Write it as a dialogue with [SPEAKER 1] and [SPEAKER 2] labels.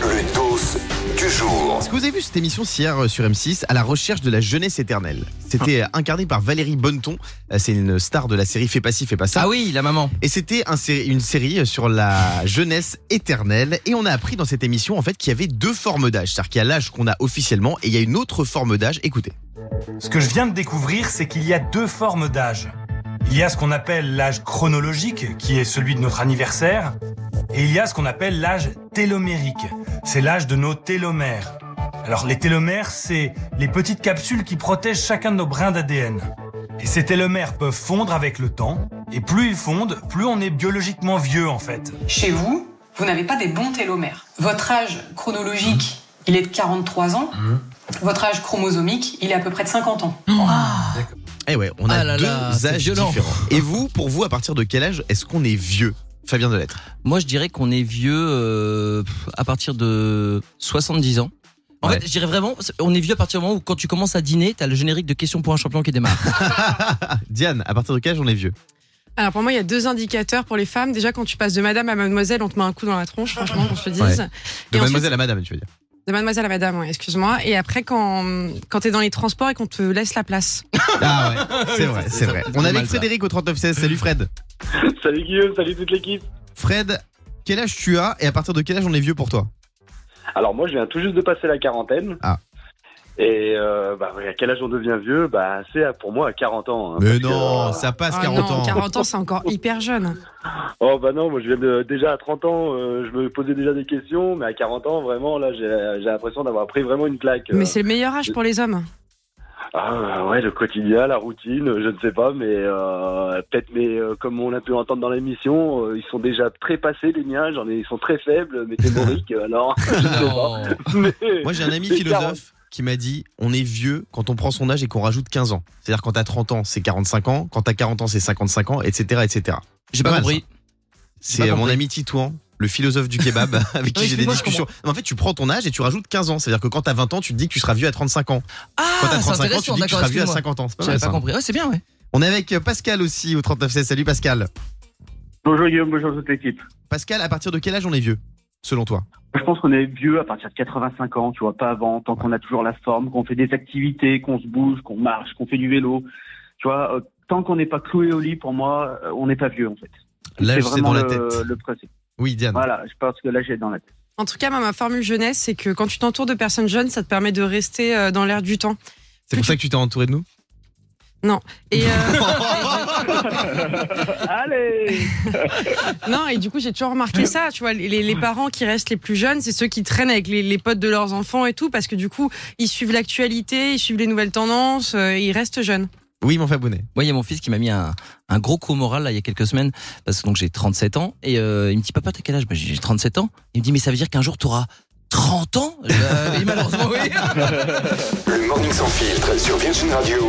[SPEAKER 1] Le dos du jour.
[SPEAKER 2] Est-ce que vous avez vu cette émission hier euh, sur M6 à la recherche de la jeunesse éternelle C'était euh, incarné par Valérie Bonneton, Euh, c'est une star de la série Fais pas ci, fais pas ça.
[SPEAKER 3] Ah oui, la maman.
[SPEAKER 2] Et c'était un sé- une série euh, sur la jeunesse éternelle. Et on a appris dans cette émission en fait qu'il y avait deux formes d'âge. C'est-à-dire qu'il y a l'âge qu'on a officiellement et il y a une autre forme d'âge. Écoutez.
[SPEAKER 4] Ce que je viens de découvrir, c'est qu'il y a deux formes d'âge. Il y a ce qu'on appelle l'âge chronologique, qui est celui de notre anniversaire, et il y a ce qu'on appelle l'âge télomérique. C'est l'âge de nos télomères. Alors les télomères, c'est les petites capsules qui protègent chacun de nos brins d'ADN. Et ces télomères peuvent fondre avec le temps, et plus ils fondent, plus on est biologiquement vieux en fait.
[SPEAKER 5] Chez vous, vous n'avez pas des bons télomères. Votre âge chronologique, il est de 43 ans. Votre âge chromosomique, il est à peu près de 50 ans.
[SPEAKER 2] Eh ouais, on a
[SPEAKER 3] Ah là
[SPEAKER 2] deux
[SPEAKER 3] là, c'est
[SPEAKER 2] âges
[SPEAKER 3] violent.
[SPEAKER 2] différents. Et vous, pour vous, à partir de quel âge est-ce qu'on est vieux Fabien Delettre.
[SPEAKER 3] Moi, je dirais qu'on est vieux euh, pff, à partir de 70 ans. En
[SPEAKER 2] Ouais.
[SPEAKER 3] fait, je dirais vraiment, on est vieux à partir du moment où quand tu commences à dîner, t'as le générique de questions pour un champion qui démarre.
[SPEAKER 2] Ah, Diane, à partir de quel âge on est vieux
[SPEAKER 6] Alors pour moi, il y a deux indicateurs pour les femmes. Déjà, quand tu passes de madame à mademoiselle, on te met un coup dans la tronche, franchement, qu'on se le dise.
[SPEAKER 2] Ouais.
[SPEAKER 6] Et
[SPEAKER 2] De
[SPEAKER 6] ensuite-
[SPEAKER 2] mademoiselle à madame, tu veux dire.
[SPEAKER 6] de mademoiselle à madame, ouais, excuse-moi. Et après, quand, quand t'es dans les transports et qu'on te laisse la place.
[SPEAKER 2] Ah ouais, c'est vrai, c'est vrai. On a
[SPEAKER 3] mal,
[SPEAKER 2] avec
[SPEAKER 3] ça.
[SPEAKER 2] Frédéric au 3916. Salut Fred.
[SPEAKER 7] Salut Guillaume, salut toute l'équipe.
[SPEAKER 2] Fred, quel âge tu as et à partir de quel âge on est vieux pour toi
[SPEAKER 7] Alors moi, je viens tout juste de passer la quarantaine.
[SPEAKER 2] Ah.
[SPEAKER 7] Et euh, bah, à quel âge on devient vieux Bah c'est à- pour moi à 40 ans. hein, parce
[SPEAKER 2] Mais
[SPEAKER 7] que-
[SPEAKER 2] non, ça passe
[SPEAKER 6] Ah
[SPEAKER 2] 40
[SPEAKER 6] non,
[SPEAKER 2] ans.
[SPEAKER 6] 40 ans, c'est encore hyper jeune.
[SPEAKER 7] oh bah non, moi je viens de, déjà à 30 ans, euh, je me posais déjà des questions, mais à 40 ans vraiment là, j'ai j'ai l'impression d'avoir pris vraiment une claque. euh.
[SPEAKER 6] Mais c'est le meilleur âge pour les hommes.
[SPEAKER 7] Ah ouais, le quotidien, la routine, je ne sais pas, mais euh, peut-être, mais euh, comme on l'a pu entendre dans l'émission, euh, ils sont déjà très passés les miens, j'en ai, ils sont très faibles, météoriques, alors je ne sais pas.
[SPEAKER 3] Non.
[SPEAKER 7] Mais-
[SPEAKER 2] Moi j'ai un ami
[SPEAKER 7] Mais
[SPEAKER 2] philosophe qui m'a dit on est vieux quand on prend son âge et qu'on rajoute 15 ans. C'est-à-dire quand t'as 30 ans c'est 45 ans, quand t'as 40 ans c'est 55 ans, etc. etc.
[SPEAKER 3] J'ai
[SPEAKER 2] Pas
[SPEAKER 3] pas
[SPEAKER 2] mal,
[SPEAKER 3] compris. J'ai
[SPEAKER 2] C'est
[SPEAKER 3] pas
[SPEAKER 2] mon
[SPEAKER 3] compris.
[SPEAKER 2] ami Titouan, le philosophe du kebab avec
[SPEAKER 3] Non,
[SPEAKER 2] qui j'ai des
[SPEAKER 3] excuse-moi, je
[SPEAKER 2] discussions. Non, mais en fait tu prends ton âge et tu rajoutes 15 ans. C'est-à-dire que quand t'as 20 ans tu te dis que tu seras vieux à 35 ans. Quand
[SPEAKER 3] Ah,
[SPEAKER 2] t'as
[SPEAKER 3] c'est
[SPEAKER 2] 35 ans tu
[SPEAKER 3] intéressant,
[SPEAKER 2] dis que tu
[SPEAKER 3] d'accord,
[SPEAKER 2] seras vieux à
[SPEAKER 3] excuse-moi.
[SPEAKER 2] 50 ans. C'est pas
[SPEAKER 3] J'avais
[SPEAKER 2] mal,
[SPEAKER 3] pas
[SPEAKER 2] ça.
[SPEAKER 3] compris. Ouais, c'est bien, ouais.
[SPEAKER 2] On est avec euh, Pascal aussi au 3916. Salut Pascal.
[SPEAKER 8] Bonjour Guillaume, bonjour toute l'équipe.
[SPEAKER 2] Pascal, à partir de quel âge on est vieux selon toi
[SPEAKER 8] Je pense qu'on est vieux à partir de 85 ans, tu vois, pas avant, tant qu'on a toujours la forme, qu'on fait des activités, qu'on se bouge, qu'on marche, qu'on fait du vélo. Tu vois, euh, tant qu'on n'est pas cloué au lit, pour moi, euh, on n'est pas vieux en fait.
[SPEAKER 2] L'âge c'est
[SPEAKER 8] vraiment
[SPEAKER 2] dans la
[SPEAKER 8] le,
[SPEAKER 2] tête.
[SPEAKER 8] le principe.
[SPEAKER 2] Oui Diane.
[SPEAKER 8] Voilà, je pense que là j'ai dans la tête.
[SPEAKER 6] En tout cas, moi, ma formule jeunesse, c'est que quand tu t'entoures de personnes jeunes, ça te permet de rester euh, dans l'air du temps.
[SPEAKER 2] C'est pour ça que tu t'es entouré de nous
[SPEAKER 6] Et euh,
[SPEAKER 8] Allez
[SPEAKER 6] non, et du coup, j'ai toujours remarqué ça. Tu vois, les, les parents qui restent les plus jeunes, c'est ceux qui traînent avec les, les potes de leurs enfants et tout, parce que du coup, ils suivent l'actualité, ils suivent les nouvelles tendances, euh, et ils restent jeunes.
[SPEAKER 2] Oui, mon Fabonnet.
[SPEAKER 3] Moi, il y a mon fils qui m'a mis un, un gros coup au moral là, il y a quelques semaines, parce que donc j'ai 37 ans, et euh, il me dit Papa, t'as quel âge Bah, J'ai 37 ans. Il me dit Mais ça veut dire qu'un jour, t'auras 30 ans Euh, Et malheureusement, oui.
[SPEAKER 1] Le morning sans filtre sur Virgin Radio.